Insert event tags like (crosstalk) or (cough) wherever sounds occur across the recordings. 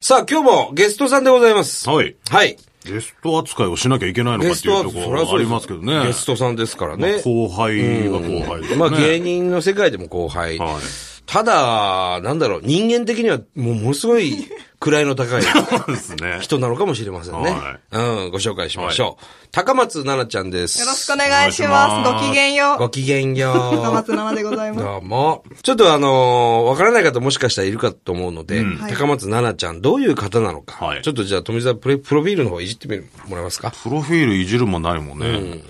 さあ、今日もゲストさんでございます。はい。はい。ゲスト扱いをしなきゃいけないのかゲっスていトうは、とそこりゃろそあうでりすますけどね。ゲストさんですからね。後輩は後輩ですね。まあ、芸人の世界でも後輩。はいただ、なんだろう、人間的にはもうものすごい位の (laughs) 高いそうですね。人なのかもしれませんね。はうん、ご紹介しましょう。高松奈々ちゃんです。よろしくお願いします。お願いしますごきげんよごきげんう。高よ。松菜奈でございう (laughs) ます。どうも。ちょっとあのーわからない方もしかしたらいるかと思うので、はい高松奈々ちゃん、どういう方なのか。はいちょっとじゃあ、富澤プレプロフィールの方いじってみるもらえますか。プロフィールいじるもないもんね。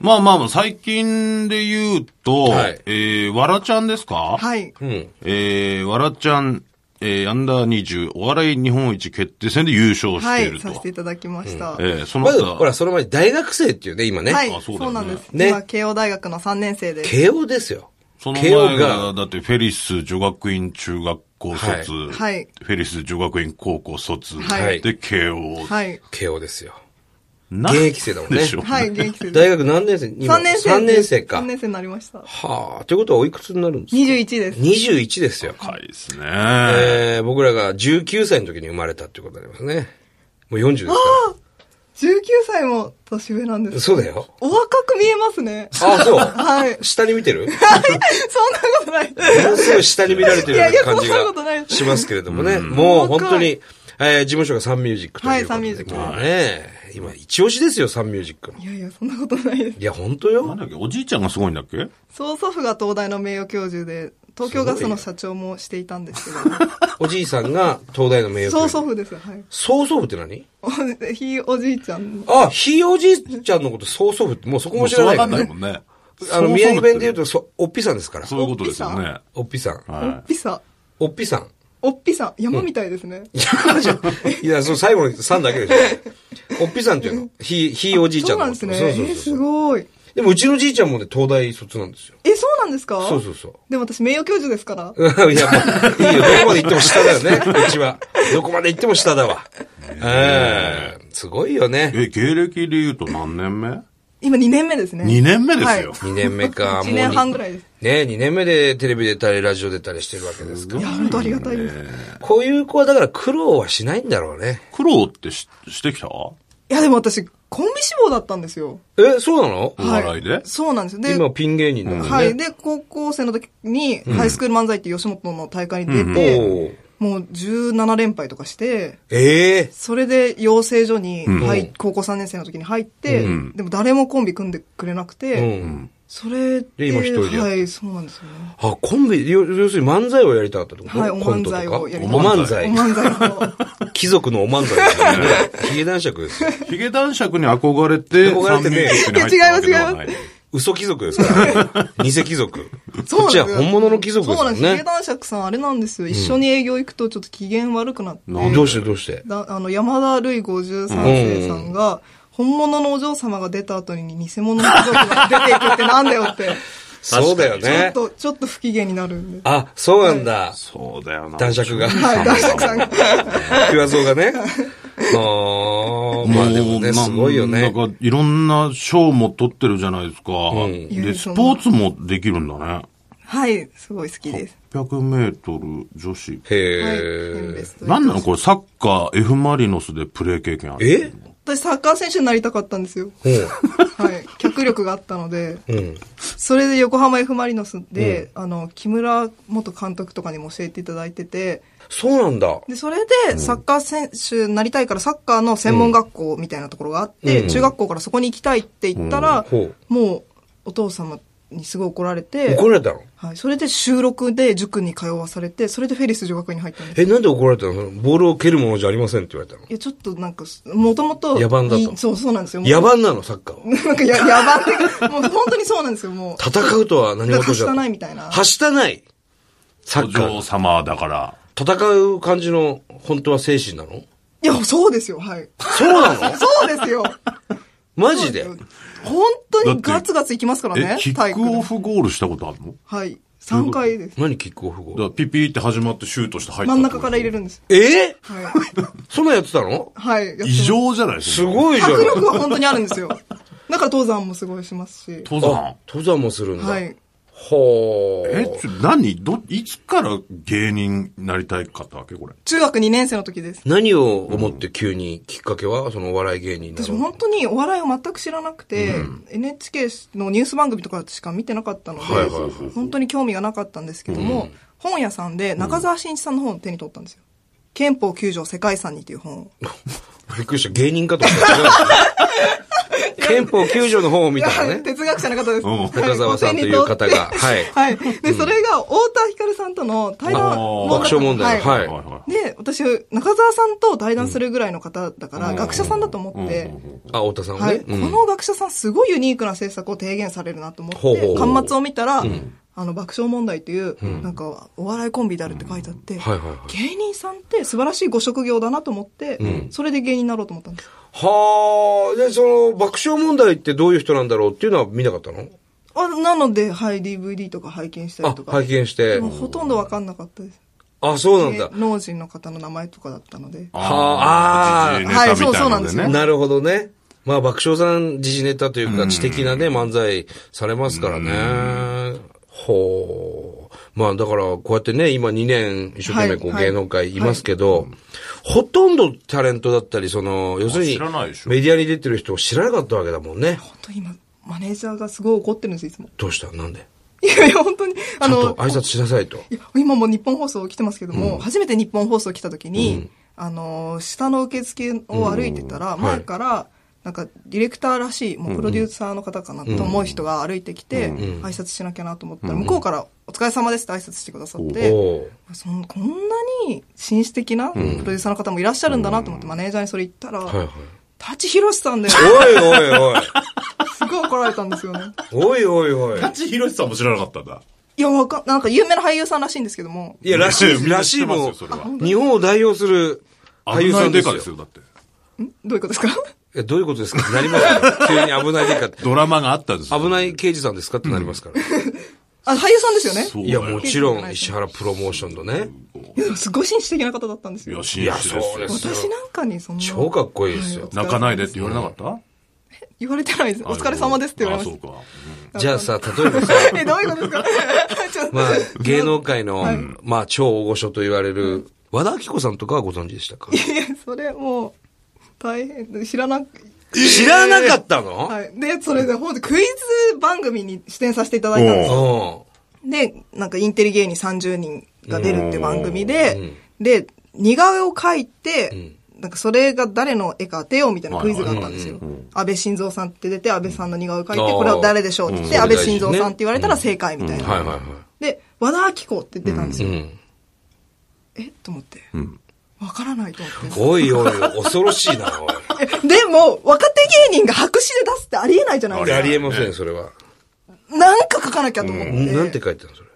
まあまあまあ、最近で言うと、はいえー、わらちゃんですかはい。うん。えー、わらちゃん、えー、アンダー20、お笑い日本一決定戦で優勝しはているい。と。させていただきました。えー、そのまず、他、ほら、その前に大学生っていうね、今ね。はいあ。そうだよねそうなんです。ね今、慶応大学の3年生です。慶応ですよ。その慶応前がが、だってフェリス女学院中学校卒、はいフェリス女学院高校卒、はいで、慶応。はい。慶応ですよ。な現役生だもんねでしょはい、元気です。大学何年生今3年生です。 3年生か。 3年生になりました。はあ、ということはおいくつになるんですか21です。 21ですよ。高いですね。えー、僕らが19歳の時に生まれたっていうことになりますね。もう40ですか19歳も年上なんでら。す。そうだよ。お若く見えますね。ああ、そう。はい。下に見て (laughs) るそんなことない。ものすごい下に見られてるようないやいや感じそんなことないがですしますけれどもね。もう本当に、えー、事務所がサンミュージックということで。はいサンミュージックもうね、今一押しですよ、サンミュージックの。いやいや、そんなことないです。いや、本当なんよ。だっけ、おじいちゃんがすごいんだっけ曽祖父が東大の名誉教授で、東京ガスの社長もしていたんですけど、おじいさんが東大の名誉教曽授祖。父です。はい。曽祖父って何お (laughs) ひいおじいちゃんの。あ、ひいおじいちゃんのこと、曽祖父って、もうそこも知らないからもうそうわかんないね。もんね。あの、宮城弁で言うと。と、そ、おっぴさんですから。そういうことですよね。おっぴさん。おっはぴさ。おっぴさん。 (laughs) おっぴさ。山みたいですね。いや、その最後の3だけでしょ。おっぴさんっていうの。ひい、ひいおじいちゃそんのうなんこでとすね。そうそえうーそすう。ごい。でも、うちのじいちゃんもね、東大卒なんですよ。え、そうなんですかそうそうそう。 (laughs) でも私名誉教授ですから。いや、もう、いいよ。どこまで行っても下だよね。うちは。どこまで行っても下だわ。ええ。すごいよい。ね。え、芸歴で言うと何年目 ?2 今2年目ですね。年目ですよ。 2年目 (laughs) か。 1年半ぐい。らいです。ね2年目でテレビ出たり、ラジオ出たりしてるわけですからいや、本当ありがたいです。いこういう子はだから苦労はしないんだろうね。苦労ってししてきたおや、でも私、コンビ志望だったんですよ。え、そうなのは笑いでそうなんですよ。で、今ピン芸人だもんね。はい。で、高校生の時に、ハイスクール漫才っていう吉本の大会に出て、おうもう17連敗とかして、ええそれで養成所にん入っ、高校3年生の時に入って、うんでも誰もコンビ組んでくれなくて、うん。それでで今一人でやっはい、そうなんですよね。あ、コンビ、要要するに漫才をやりたかったってことはいおコントと漫才か。おをやりたかった漫お才。漫才 (laughs) の。貴族のお漫才ですよね。 (laughs) ヒゲ男爵ですよ。ヒゲ男爵に憧れて、憧れてね三面に入ったわけではないいや違います違いま嘘貴族ですから、ね。偽貴族。そうこっなんちではすよ。本物の貴族ですそもうなんんです。ヒゲね。男爵さんあれなんですよ。一緒に営業行くとちょっと機嫌悪くなって、なんでどうしてどうしてだあの、山田るい53世さんが、本物のお嬢様が出た後に偽物の貴族が出ていくってなんだよ (laughs) って、そうだよちょっね。と、ちょっと不機嫌になるんで。あ、そうなんだ。そうだよな。男爵が。はい、男爵さんが。 (laughs) ピュアゾウが (laughs) ね。あーまあでもね、うすごいよね。なんか、いろんな賞も取ってるじゃないですか。んいやいで、やスそんなポーツもできるんだね。はい、すごい好きです。 100メートル女子。へはい、え。なんなのこれ、サッカー F ・マリノスでプレー経験ある。え私、サッカー選手になりたかったんで (laughs) すよ。はい。脚力があったので、うん。うん。 (laughs) それで横浜 F ・マリノスで、あの、木村元監督とかにも教えていただいてて、そうなんだ。で、それで、サッカー選手になりたいから、サッカーの専門学校みたいなところがあって、うん中学校からそこに行きたいって言ったら、うんほうもう、お父様にすごい怒られて、怒られたのはい。それで収録で塾に通わされて、それでフェリス女学院に入ったんです。え、なんで怒られたのそのボールを蹴るものじゃありませんって言われたのいや、ちょっとなんか、もともと、野蛮だといそう、そうなんですよ。野蛮なの、サッカーは。 (laughs) なんかや、野蛮っていうか、もう本当にそうなんですよ、もう。戦うとは (laughs) 何なんか、事はじしゃたないみたいな。はしたない。サおッカー嬢。様だから。戦う感じの、本当は精神なのいや、そうですよ、はい。そうな (laughs) のそうですよ。 (laughs) マジでそうすよ本当にガツガツいきますからえね、、キ体ッ育クでオフゴールしたことあるのはい。3回です。何キックオフだか後らピピって始まってシュートして入った。真ん中から入れ。るんです。え (laughs) はい。そんなんやってたのはい。やってます異常じゃないですすか。ごいじゃん。迫力は本当にあるんですよ。だから登山もすごいしますし。登あ山。登山もするんだ。はい。ほえう。、ちょ何ど、いつから芸人になりたいかったわけこれ。中学2年生の時です。何を思って急にきっかけはそのお笑い芸人な私の本当にお笑いを全く知らなくて、NHK のニュース番組とかしか見てなかったので、はいはいはい本当に興味がなかったんですけども、本屋さんで中澤慎一さんの本を手に取ったんですよ。憲法9条世界遺産にという本を。びっくりした。芸人かと思 (laughs) った。違う憲法9条の本を見たらね。哲学者の方です。うんはい中澤さんという方がお手に取ってはい (laughs) はい。で、それが、太田光さんとの対談のあー爆笑問題の。はい。はい。で、私、中澤さんと対談するぐらいの方だから、うん学者さんだと思って、あ、太田さんははい、ね。こうんの学者さんすごいユニークな政策を提言されるなと思ほうほっうて、端末を見たら、あの、爆笑問題という、なんか、お笑いコンビであるって書いてあって、はいはいはい芸人さんって素晴らしいご職業だなと思って、それで芸人になろうと思ったんです。はあ、で、その、爆笑問題ってどういう人なんだろうっていうのは見なかったのあなので、はい、DVD とか拝見したりあと、か、拝見してでも。ほとんどわかんなかったです。あ、そうなんだ。芸能人の方の名前とかだったので。はあ時事ネタみたいのはいそうそうなんですよなるほどね。まあ、爆笑さん時事ネタというか、知的なね、漫才されますからね。ほう。まあ、だから、こうやってね、今2年一生懸命こうはい芸能界いますけど、ほとんどタレントだったり、その、要するに知らないでし、ょメディアに出てる人を知らなかったわけだもんね。本当に今、マネージャーがすごい怒ってるんです、いつも。どうしたなんでいやいや、本当に。ちゃあんの、と挨拶しなさいと。いや今もう日本放送来てますけども、初めて日本放送来た時に、あの、下の受付を歩いてたら、うん前から、なんか、ディレクターらしい、もうプロデューサーの方かなと思う人が歩いてきて、挨拶しなきゃなと思ったら、向こうから、お疲れ様ですって挨拶してくださって、おうそんこんなに紳士的なプロデューサーの方もいらっしゃるんだなと思って、マネージャーにそれ言ったら、はいはい。舘ひろしさんだよ。おいおいおい。すごい怒られたんですよね。おいおいおい。舘ひろしさんも知らなかったんだ。いや、わかん、なんか有名な俳優さんらしいんですけども、いや、らし (laughs) ねみい、んなら知しっいてますよもそれはん。日本を代表する俳優さんでですかよで。すよ、だって。んどういうことですかえ、どういうことですかってなります (laughs) から。急に危ないでかって。ドラマがあったんですよ危ない刑事さんですかってなりますから。あ、俳優さんですよね。そういや、もちろん、石原プロモーションのね。いや、でも (laughs) すごい紳士的な方だったんですいよや、。い紳や、士でそうすでよ。す私よ。なんかにそんな。超かっこいいですよは。泣かないでって言われなかった言われてないです。お疲れ様ですって言われまあ、しそうか。じゃあさ、例え (laughs) ばさ、 (laughs) た。え、どういうことですか (laughs) ちょっと。まあ、芸能界はいの、まあ、超大御所と言われる、和田アキ子さんとかはご存知でしたかいや、それもう、大変、知らなく、知らなかったのはい。で、それで、ほんと、クイズ番組に出演させていただいたんですよ。うん。で、なんかインテリ芸人30人が出るって番組で、で、似顔絵を描いて、なんかそれが誰の絵か当てようみたいなクイズがあったんですよ。安倍晋三さんって出て、安倍さんの似顔絵描いて、これは誰でしょうって言って、うん安倍晋三さんって言われたら正解みたいはいな。はいはで、和田アキ子って出たんですい。うよ。ん。えと思って。わからないと思って。おいおい、恐ろしいな、おい。え (laughs) でも、若手芸人が白紙で出すってありえないじゃないいやありでえすません、それは。か。なんか書かなきゃと思って。んなんて書いてあるのそれ。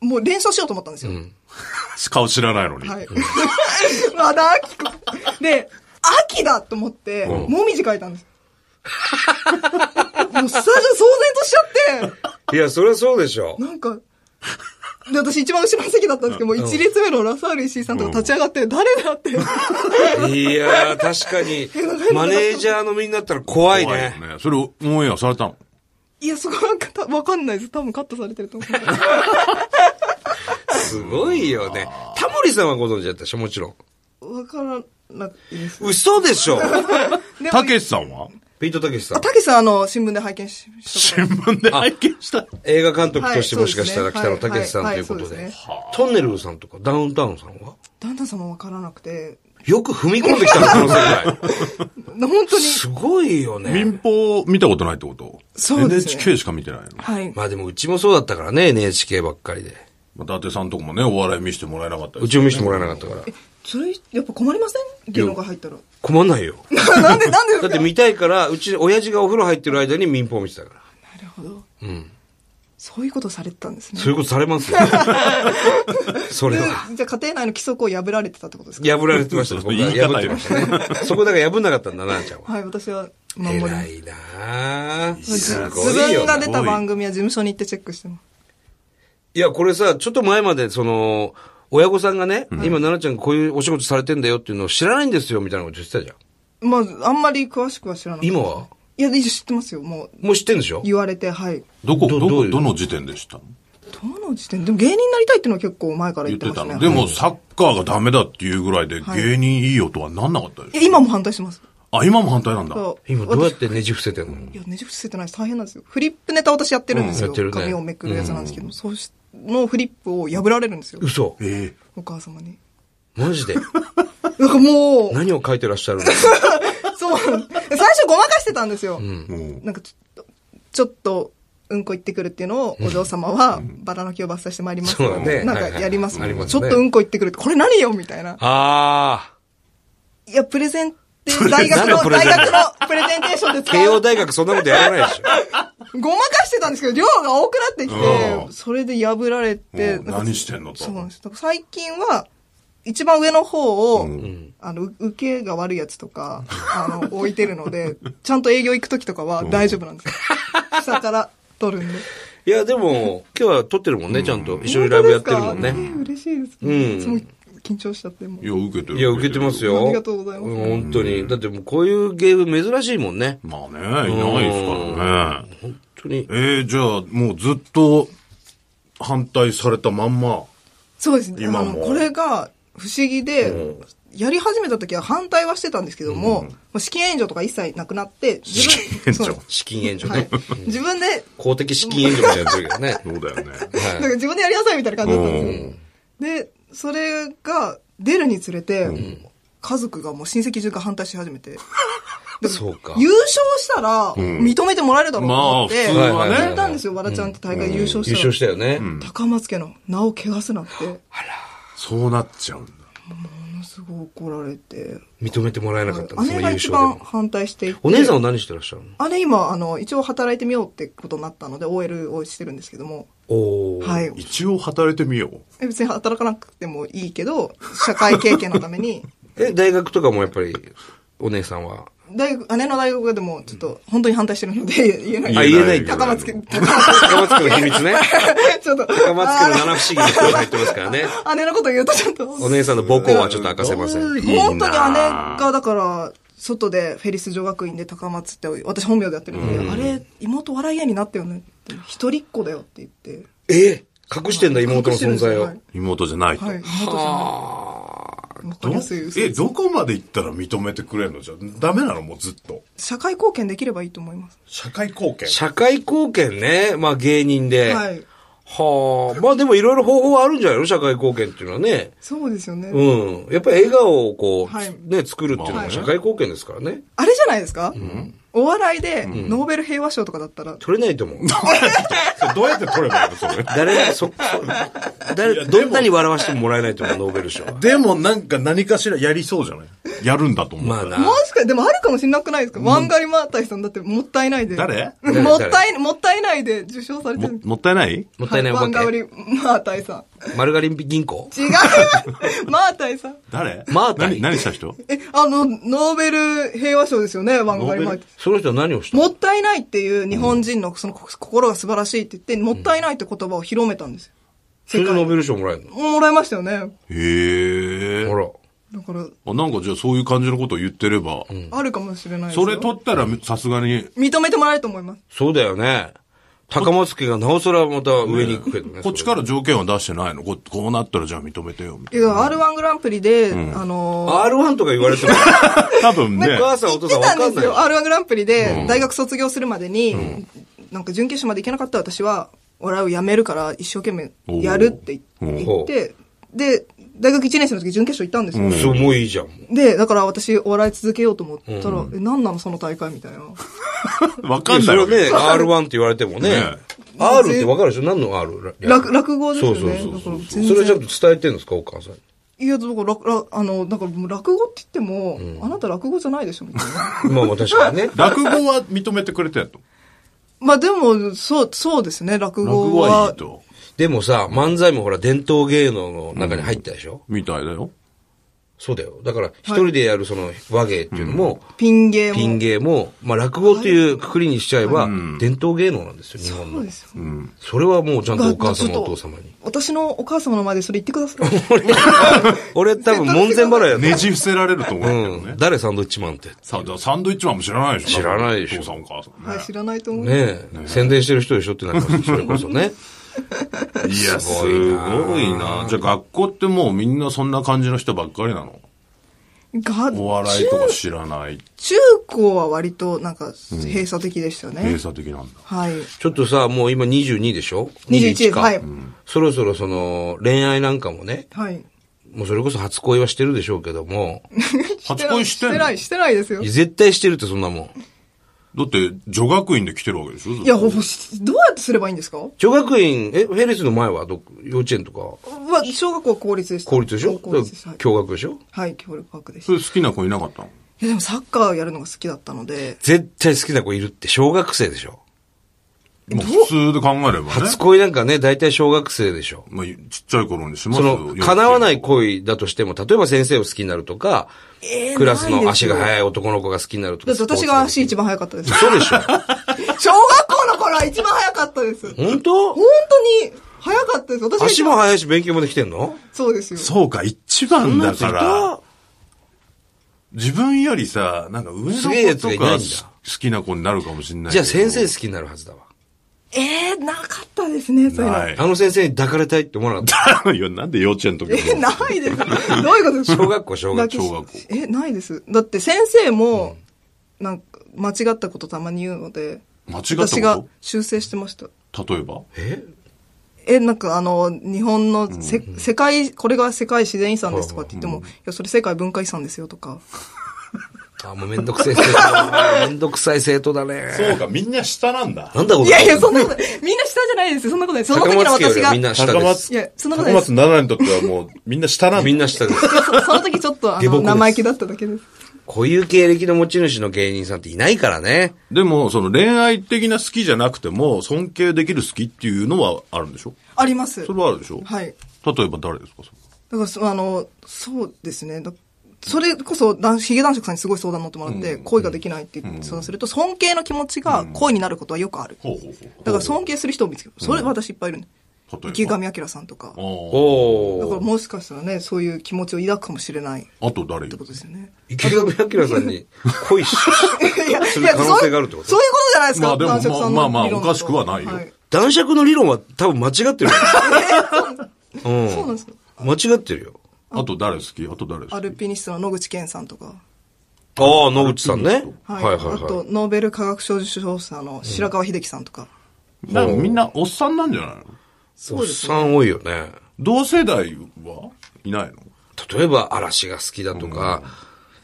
もう連想しようと思ったんですよ。顔知らないのに。はい。和田アキ子。で、秋だと思って、うんもみじ書いたんです。もうスタジオ騒然としちゃって、いや、それはそうでし (laughs) ょ。なんか、で、私一番後ろの席だったんですけど、もう一列目のラサール石井さんとか立ち上がって、誰だって。いやー、確か (laughs) に、マネージャーの身になったら怖い怖いね。よね。それ、オンエアされたのいや、そこなんかたわかんないです。多分カットされてると思う。すごいよね。タモリさんはご存知だったでしょ、もちろん。わからなくていいです。嘘で (laughs) しょでもたけしさんはビートたけしさあ、ん。たけしさん、あの、新聞で拝見しまし新聞で拝見した。映画監督としてはいもしかしたらそうですね北野たけしさんとはいいうことはいではいそ。トンネルズさんとかダウンタウンさんはた。旦那様わからなくて、よく踏み込んできたの、この世界。な本当に、すごいよ民ね。放見たことないってことそうですね NHK しか見てないの。はい。まあでもうちもそうだったからね、NHK ばっかりで。まあ伊達さんとこもね、お笑い見せてもらえなかったうですちも見せてもらえなかったから。それ、やっぱ困りません芸能界入ったら。困んないよ。 (laughs) なんで、なんででだすかって見たいから、うち、親父がお風呂入ってる間に民放見てたから。なるほど。そういうことされてたんですね。そういうことされ (laughs) ますよ。それは。でじゃあ家庭内の規則を破られてたってことですか破られてましたね。そう僕は言い方破ってましたね。そこだから破んなかったんだな、あーちゃんは。はい、私は守りま偉す。いなあ自すご自いよ分がな。出た番組は事務所に行ってチェックしてます。いや、これさ、ちょっと前まで、その、親御さんがね、今、奈々ちゃんこういうお仕事されてんだよっていうのを知らないんですよ、みたいなこと言ってたじゃん。まあ、あんまり詳しくは知らない。今はいや、知ってますよ、もう。もう知ってんでしょ言われて、はい。どこ、どどどうこ、いうどの時点でしたのどの時点でも芸人になりたいっていうのは結構前から言言っっててたまの。すでね。も、サッカーがダメだっていうぐらいで、はい芸人いいよとはなんなかったいでやし今も反対してます。ょあ、今も反対なんだ。そう今どうやっ私てねじ伏せてんのいや、ねじ伏せてないです。大変なんですよ。フリップネタ私やってるんですうんやよ。ってるね紙をめくるやつなんですけど、そうし、のフリップを破られるんですよ。嘘。えお母様に。マジで。 (laughs) なんかもう、何を書いてらっしゃるのそう。最初ごまかしてたんですよ。えもなんかちょっと、ちょっと、うんこ行ってくるっていうのを、お嬢様は、バラの木を伐採してまいります。そうだねなんはいはかいやります,、ありますねちょっとうんこ行ってくるって、これ何よみたいな。あいや、プレゼンって、大学なんだプの、レゼ大ン学のプレゼンテーションであ。使慶応う。大学そんなことやらないでしょ。ごまかしてたんですけど、量が多くなってきうてん、それで破られう、て。もうなんか何してんのと。そうなんです。だから最近は、一番上の方を、うんあの、う受けが悪いやつとか、あの、置いてるので、 (laughs) ちゃんと営業行くときとかは大丈夫なんですよ。下から取るんで。いや、でも、今日は撮ってるもんね、ちゃんと。一緒にライブやってるもん本当ですね。か嬉しいです。うんいつも緊張しちゃって、もういや、受けてる。いや、受けてますよ。よ。ありがとうございますん本当に。だってもうこういうゲーム珍しいもんね。まあね、いないですからね。本当にえ。ー、じゃあ、もうずっと反対されたまんま。そうですね。今あものこれが不思議で、やり始めた時は反対はしてたんですけども、もう資金援助とか一切なくなって、自資分金援助そう資金援助はいね。、自分で、公的資金援助みたいなやつだけどね。そう (laughs) だよね。なんはかい。自分でやりなさいみたいな感じだったんですよ。うんで、それが出るにつれて、家族がもう親戚中が反対し始め (laughs) て、そうか。優勝したら認めてもらえるだろうと思って、まあ普通はね言ったんですよ、わらちゃんって大会優勝優したら。勝したよね。高松家の名を汚すなって、もそうなっちゃうんだ。のすごい怒られて、認めてもらえなかったのその姉優が勝一で番も。反対していて。お姉さんは何してらっしゃるの姉今、あの、一応働いてみようってことになったので、OL をしてるんですけども。おー。はい。一応働いてみよう。え別に働かなくてもいいけど、社会経験のために、え、大学とかもやっぱり、お姉さんは。大学、姉の大学でも、ちょっと、本当に反対してるので、言えない。あ言えないんだ高松家、高高松家の秘密 (laughs) ね。松ちょっと。高松家の七不思議の人が入ってますからね。あ姉のこと言うとちょっと。お姉さんの母校はちょっと明かせません。すごいな本当に姉が、だから、外で、フェリス女学院で高松って、私本名でやってるんで、あれ、妹笑い屋になったよねって。一人っ子だよって言って。え隠してんだ、妹の存在を。はい、妹じゃないと。はい妹じゃない。わかどりやすい嘘え、ですどこまで行ったら認めてくれるのじゃあ、ダメなのもうずっと。社会貢献できればいいと思います。社会貢献。社会貢献ね。まあ芸人で。は。はいあ。まあでもいろいろ方法はあるんじゃないの社会貢献っていうのはね。そうですよね。うん。やっぱり笑顔をこう、はいね、作るっていうのまあがね社会貢献ですからね。あれじゃないですか、お笑いで、ノーベル平和賞とかだったら、取れないと思う。 (laughs) それどうやって取ればいいのそれ。誰も、そ、そいや誰、でもどんなに笑わしてももらえないと思う、ノーベ (laughs) ル賞は。でもなんか何かしらやりそうじゃないやるんだと思う。まあな。もしかでもあるかもしれなくないですか、ワンガリマータイさんだってもったいないで。誰誰もったい、もったいないで受賞されてもる。もったいないもったいないはもワっンたガいない。リマータイさん。マルガリン銀行違います。マータイさん。誰まあだい何、何した人え、あの、ノーベル平和賞ですよね、ワンガリマータイ。その人は何をしたものったいないっていう日本人のそのこ心が素晴らしいって言って、もったいないって言葉を広めたんですよ。それでノーベル賞もらえるのもらいましたよね。へえ。ほだから、あなんかじゃあそういう感じのことを言ってれば、あるかもしれないですよそれ取ったらさすがに、認めてもらえると思います。ら。そうだよね。高松家がなおさらまた上に行くけどね。こっちから条件は出してないのここうなったらじゃあ認めてよ、みたいいや、R1 グランプリで、あのー R1 とか言われても、な。多分ねお。母さんお父さんわ言ってかたんんでないすよ。よ。 R1 グランプリで、大学卒業するまでに、なんか準決勝まで行けなかった私は、笑いをやめるから一生懸命やるっておー言言って、で、大学1年生の時準決勝行ったんですよ。そう、もういいじゃん。で、だから私お笑い続けようと思ったら、え、なんなのその大会みたいな。わかんそないれわをけね、R1 って言われてもねね。。R ってわかるでしょ何の R? 落落語ですよね。そうそうそうそうだからそ全然れちゃんと伝えてるんですかお母 (laughs) さんに。いや、だから落、落あの、だからもう落語って言っても、あなた落語じゃないでしょみたいな。 (laughs) まあまあ確かにね落語は認めてくれてんのまあでも、そう、そうですね、落落語語はい。はいと。でもさ、漫才もほら伝統芸能の中に入ったでしょみたいだよ。そうだよ。だから、一人でやるその和芸っていうのも、ピン芸も。ピン芸も、まあ落語というくくりにしちゃえば、伝統芸能なんですよ、日本そうので。すよ。それはもうちゃんとお母ちょっ様、とお父様に。私のお母様の前でそれ言ってください。 (laughs) 俺多分門前払いやと思うねじ伏せられると思ううけどねん。。誰サンドイッチマンって。さあ、サンドイッチマンも知らないでしょ知らないでしょお父さんお母さんね。はい、知らないと思う。ねえ、宣伝してる人でしょってなりますよそれこそね。いすや、すごごいいなな。じゃあ学校ってもうみんなそんな感じの人ばっかりなのがお笑いとか知らない。中高は割となんか閉鎖的でしたよね。閉鎖的なんだ。はい。ちょっとさ、もう今22でしょ21ですか。はいそろそろその恋愛なんかもね、はい。もうそれこそ初恋はしてるでしょうけども、初恋してんしてのない、してないですよ。い絶対してるってそんなもん。だって、女学院で来てるわけでしょや、ほぼしどうやってすればいいんですか女学院、え、フェレスの前はどっ幼稚園とか、まあ、小学校は公立でした。公立でしょ公立です。はい。共学でしょはい、協力学でしそた。いれ好きな子いなかったのや、でもサッカーをやるのが好きだったので、絶対好きな子いるって小学生でしょまあ普通で考えればね。初恋なんかね、大体小学生でしょまあ、ちっちゃい頃にしますそよの、叶わない恋だとしても、例えば先生を好きになるとか、えークラスないのです足よが速い男の子が好きになるとだか。って私が足一番速かったです。そうでしょ (laughs) 小学校の頃は一番早かったです。本本当当に早かったです。私が一足番も速いし勉強もできてんのそうですよ。そうか、一番だかそんなやら、自分よりさ、なんか上すげえのや子つがいとないんだかす好きな子になるかもしれないついたけじゃど。あ先生好きになるはずだわ。えー、なかったですね、そういうの。ないあ。の先生に抱かれたいって思わなか (laughs) った。 (laughs) いや、なんで幼稚園の時えー、ないです。どういうことですか小学校小学校小学校え、ないです。だって先生も、なんか、間違ったことたまに言うので、間違私ったがこ修正してました。と例えばええ、なんかあの、日本のせ、世界、これが世界自然遺産ですとかって言っても、いや、それ世界文化遺産ですよとか。あ、もうめんどくせえ生徒だ (laughs) な。めんどくさい生徒だね。そうか、みんな下なんだ。なんだこれ。いやいや、そんなことない、みんな下じゃないですよ。そんなことない。その高時の松家よ私りはがみん、な下です。いやそんなことないです奈々にとってはもう、みんな下なみんな下です。そその時ちょっとあ下僕の、です生意気だっただけです。こういう経歴の持ち主の芸人さんっていないからね。でも、その恋愛的な好きじゃなくても、尊敬できる好きっていうのはあるんでしょあります。それはあるでしょはい。例えば誰ですかそれだからそ、あの、そうですね。だそれこそ、男ヒゲ男爵さんにすごい相談乗ってもらって、恋ができないって言って相談すると、尊敬の気持ちが恋になることはよくある。ほうほうほうだから尊敬する人を見つける。それ私いっぱいいるんで。例えば池上彰さんとか。あおだからー。もしかしたらね、そういう気持ちを抱くかもしれないっあ。あと誰てことです (laughs) よね。池上彰さんに恋し、いやする可能性があるってことそういうことじゃないですか、まあでも男爵さんのまあまあ理論だとおかしくはないよ男爵の理論は多分間違ってるよ。うん。そうなんですか。間違ってるよ。あと誰好きあと誰好アきルピニストの野口健さんとか。ああ、野口さんね。ははいい。はいあとは、ノーベル化学賞受賞者の白川秀樹さんとか。なんかみんなおっさんなんじゃないのい。おっさん多いよね。同世代はいないの例えば、嵐が好きだとか、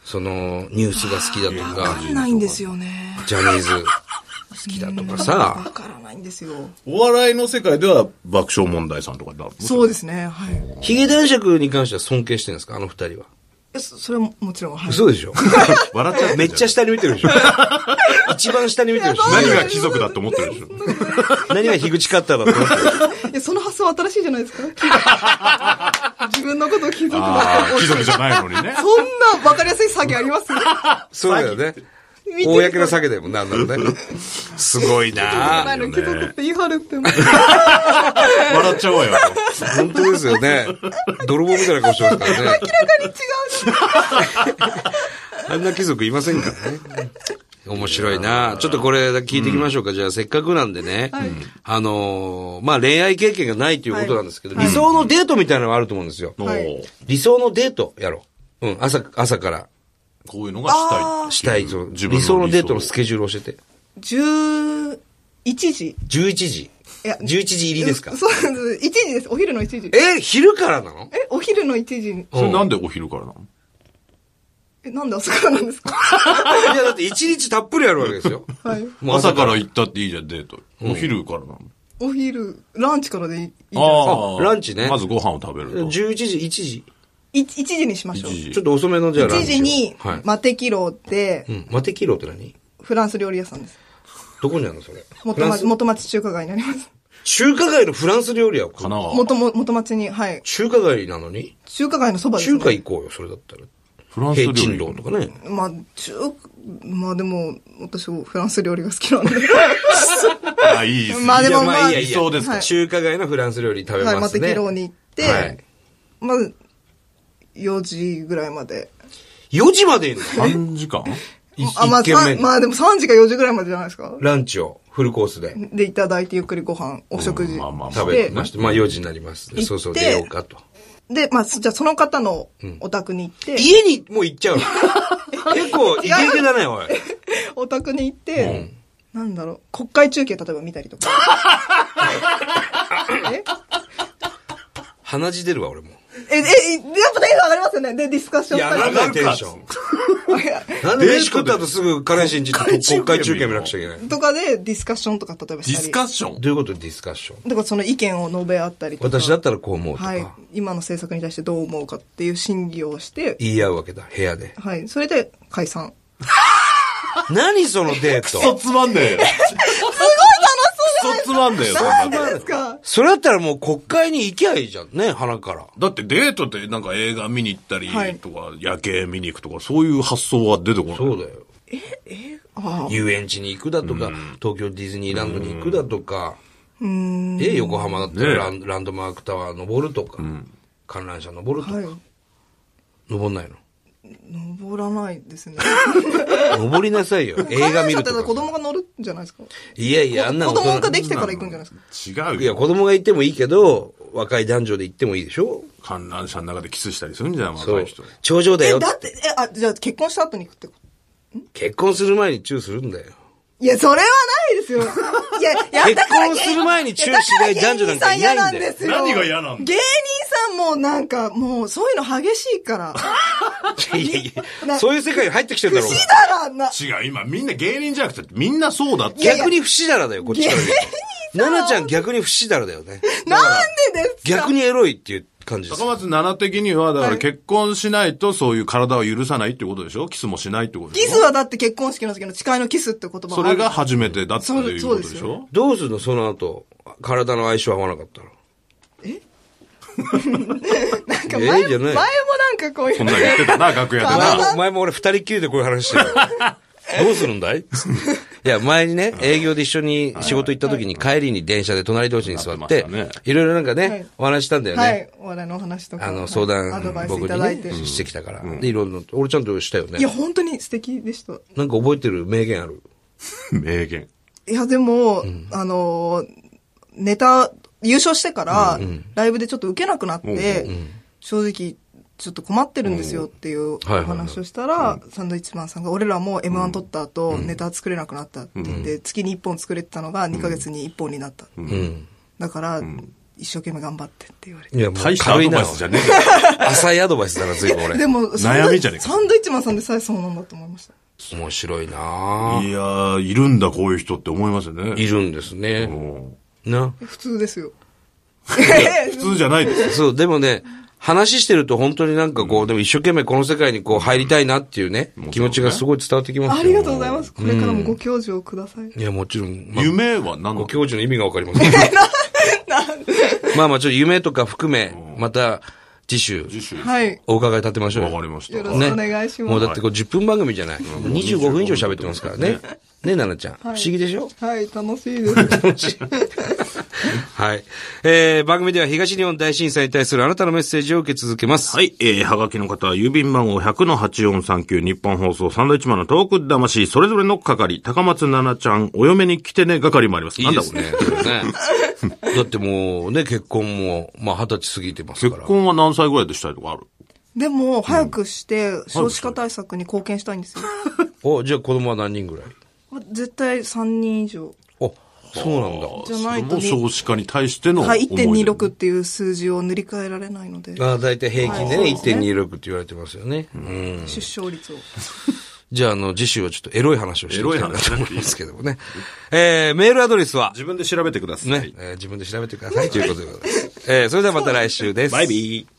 その、ニュースが好きだとわかか、んないんですよね。ジャニーズ好きだとかわさ、からないんですよ。お笑いの世界では爆笑問題さんとかだそうですね。はい。ヒゲ男爵に関しては尊敬してるんですかあの二人は。えそそれももちろん、はい。嘘でしょ笑っちゃ (laughs) う。めっちゃ下に見てるでしょ (laughs) 一番下に見てるでしょ何が貴族だって思ってるでしょ何が樋口カッターだと思ってるいやその発想は新しいじゃないですか。 (laughs) 自分のことを貴族だあとあ思 (laughs) 貴って。族じゃないのにね。そんなわかりやすい詐欺あります (laughs) そうだよね。見て (laughs) る公の下げだもんな、あんなのね。すごいなないのに貴族って言い張るって。笑っちゃおうよ。本当ですよね。泥棒みたいな顔してますから (laughs) ね。あんな貴族いませんからね。面白いなちょっとこれ聞いていきましょうか。じゃあ、せっかくなんでね。あのーまあ、恋愛経験がないということなんですけど、理想のデートみたいなのがあると思うんですよ。もうはい理想のデートやろう。うん、朝、朝からこういうのがしたい。したい。そう自分の理想のデートのス好きケジュール教えて。 (laughs) 11時。 11時。いや11時入りですかそうです。1時です。お昼の1時。え、え、昼からなのお昼の1時に。それなんでお昼からなのえ、なんで朝からなんですか (laughs) いや、だって一日たっぷりやるわけですよ。はい。もう朝から行ったっていいじゃん、デート。お昼からなの。お昼、ランチからでいいいいじゃないですあか。ランチねまずご飯を食べると。 11時、1時。い1時にしましょう。一時ちょっと遅めのじゃあラン1チを。時にはい。、マテキローでう、ん。マテキーロって何フランス料理屋さんです。どこにあるのそれ。フ元ランス町元町中華街になります。中華街のフランス料理屋を食う神奈川。元も、元町に、はい。中華街なのに中華街のそばです、中ね。華行こうよ、それだったら。フランス平料鎮理。堂とかね。まあ、中、まあでも、私、フランス料理が好きなんで。あ、いいですね。まあでもいやまあいいやいいや理想ですかはい中華街のフランス料理食べはい、まますたね。キロに行って、はいまあ、4時ぐらいまで。 4時までいるの3時間いあ、まあ、一軒目さんまあでも3時か4時ぐらいまでじゃないですか。ランチをフルコースでで、いただいてゆっくりご飯、お食事まあまあまあ食してべまして、まあ4時になります。行ってそうそう出ようかと。で、まあ、じゃあその方のお宅に行って、家にもう行っち (laughs) ゃうの結構イケイケだね、おい。お宅に行って、なんだろう、国会中継例えば見た (laughs) りとか。え (laughs) 鼻血出るわ、俺も。え、え、やっぱテンション上がりますよね。で、ディスカッションいや、なんだよ、テンション。なんで飯食った後すぐ彼氏にちょっと国会中継見なくちゃいけない。 (laughs) とかで、ディスカッションとか例えばディしたスり。カッションどういうことディスカッション。だからその意見を述べ合ったりとか。私だったらこう思うとか、はい。今の政策に対してどう思うかっていう審議をして、言い合うわけだ、部屋で。はい。それで解散。何そのデーそト。つまんねえよ。そつまんねえよ、そんなのですかそれだったらもう国会に行きゃいいじゃんね、鼻から。だってデートってなんか映画見に行ったりはいとか、夜景見に行くとか、そういう発想は出てこない。そうだよ。ああ。遊園地に行くだとか、東京ディズニーランドに行くだとか、え、横浜だったらラン,、ランドマークタワー登るとか、観覧車登るとか、はい。登んないの。登らないですね。登りなさい (laughs) よ。映画見る観覧車ってとだか。子供が乗るんじゃないですか。いやいや、あんな子供大人ができてから行くんじゃないですか。違いうや、よ。子供が行ってもいいけど、若い男女で行ってもいいでしょ観覧車の中でキスしたりするんじゃん、そう若い人。。頂上だえ、よ。だって、え、あ、じゃあ結婚した後に行くってこと結婚する前にチューするんだよ。いや、それはないです (laughs) よ。いや、や結婚する前にチューしない男女なんかいないんだよだから芸人さ嫌ですよ何が嫌なんだよ芸人さんもなんか、もう、そういうの激しいから。いやいや、(laughs) なそういう世界に入ってきてるだろう不が死。だらな。違う、今みんな芸人じゃなくて、みんなそうだって。やいや逆に不死だらだよ、こっちから見ると。奈々ちゃん逆に不死だらだよね。なんでですか逆にエロいっていう感じです高。松七的には、だかはらい結婚しないとそういう体を許さないってことでしょキスもしないってことでキしスょはだって結婚式の時の誓いのキスって言葉それが初めてだっていうそことうでですしそうょどうするのその後。体の相性合わなかったら。なんかええ前,、じゃない前もなんかこういう。こんなん言ってたな、楽屋であ前 (laughs) な。も前も俺二人きりでこういう話してる。どうするん (laughs) だいいや、前にね、営業で一緒に仕事行った時に帰りに電車で隣同士に座っはいてはいはい、いろいろなんかはねい、お話したんだよはね。い。お笑いのお話とか。あはの、い相アドバ談イスい僕ただにいて。ね、してきたから。で、いろんな、俺ちゃんとしたよねい。や、本当に素敵でした。なんか覚えてる名言ある名言。いや、でも、あのー、ネタ、優勝してから、ライブでちょっと受けなくなって、正直、ちょっと困ってるんですよっていうおはいはいはい話をしたら、サンドイッチマンさんが、俺らも M1 取った後、ネタ作れなくなったって言って、月に1本作れてたのが2ヶ月に1本になった。うん。だから、一生懸命頑張ってって言われて。いや、も大うしたア軽いドバなイ。スじゃねえだろ。 (laughs) 浅いアドバイスだな、随分で俺。も、サンド悩みじゃねえかサンドイッチマンさんでさえそうなんだと思いました。面白いないやー、いるんだ、こういう人って思いますよいね。るんですうね。んな。普通ですよ。普通じゃないです (laughs) よ。そう、でもね、話してると本当になんかこう、でも一生懸命この世界にこう入りたいなっていうね、気持ちがすごい伝わってきますよ。ありがとうございます。これからもご教授をください。いや、もちろん。まあ夢は何のご教授の意味がわかります (laughs) (laughs) まあまあ、ちょっと夢とか含め、また、次週、自主はい。お伺い立てましょうよ。わかりました。よろしくねお願いしますもうだってこう10分番組じゃない。25分以上喋ってますからね。ね、奈々ちゃん。不思議でしょはい、楽しいです。はい。えー、番組では東日本大震災に対するあなたのメッセージを受け続けます。はい、えー、はがきの方は郵便番号100-8439日本放送サンドイッチマンのトーク魂、それぞれの係、高松菜奈ちゃん、お嫁に来てね係もあります。いいですなんだね。これ。 (laughs) ねだってもうね、結婚も、まあ二十歳過ぎてますか結ら。婚は何歳ぐらいでしたいとかあるでも、早くして、少子化対策に貢献したいんですよ。お、じゃあ子供は何人ぐらいま絶対3人以上。あ、そうなんだ。じゃないそとれね、も少子化に対しての思はいい、出で。 1.26っていう数字を塗り替えられないので、ああ、だいたい平均でね、はい1.26って言われてますよね。うん。出生率を。じゃあ、あの、次週はちょっとエロい話をしていきたいなエロい話と思いますけどもね。えー、メールアドレスは、自分で調べてください。ね、えー自分で調べてくださいということでございます。えー、それではまた来週です。バイビー。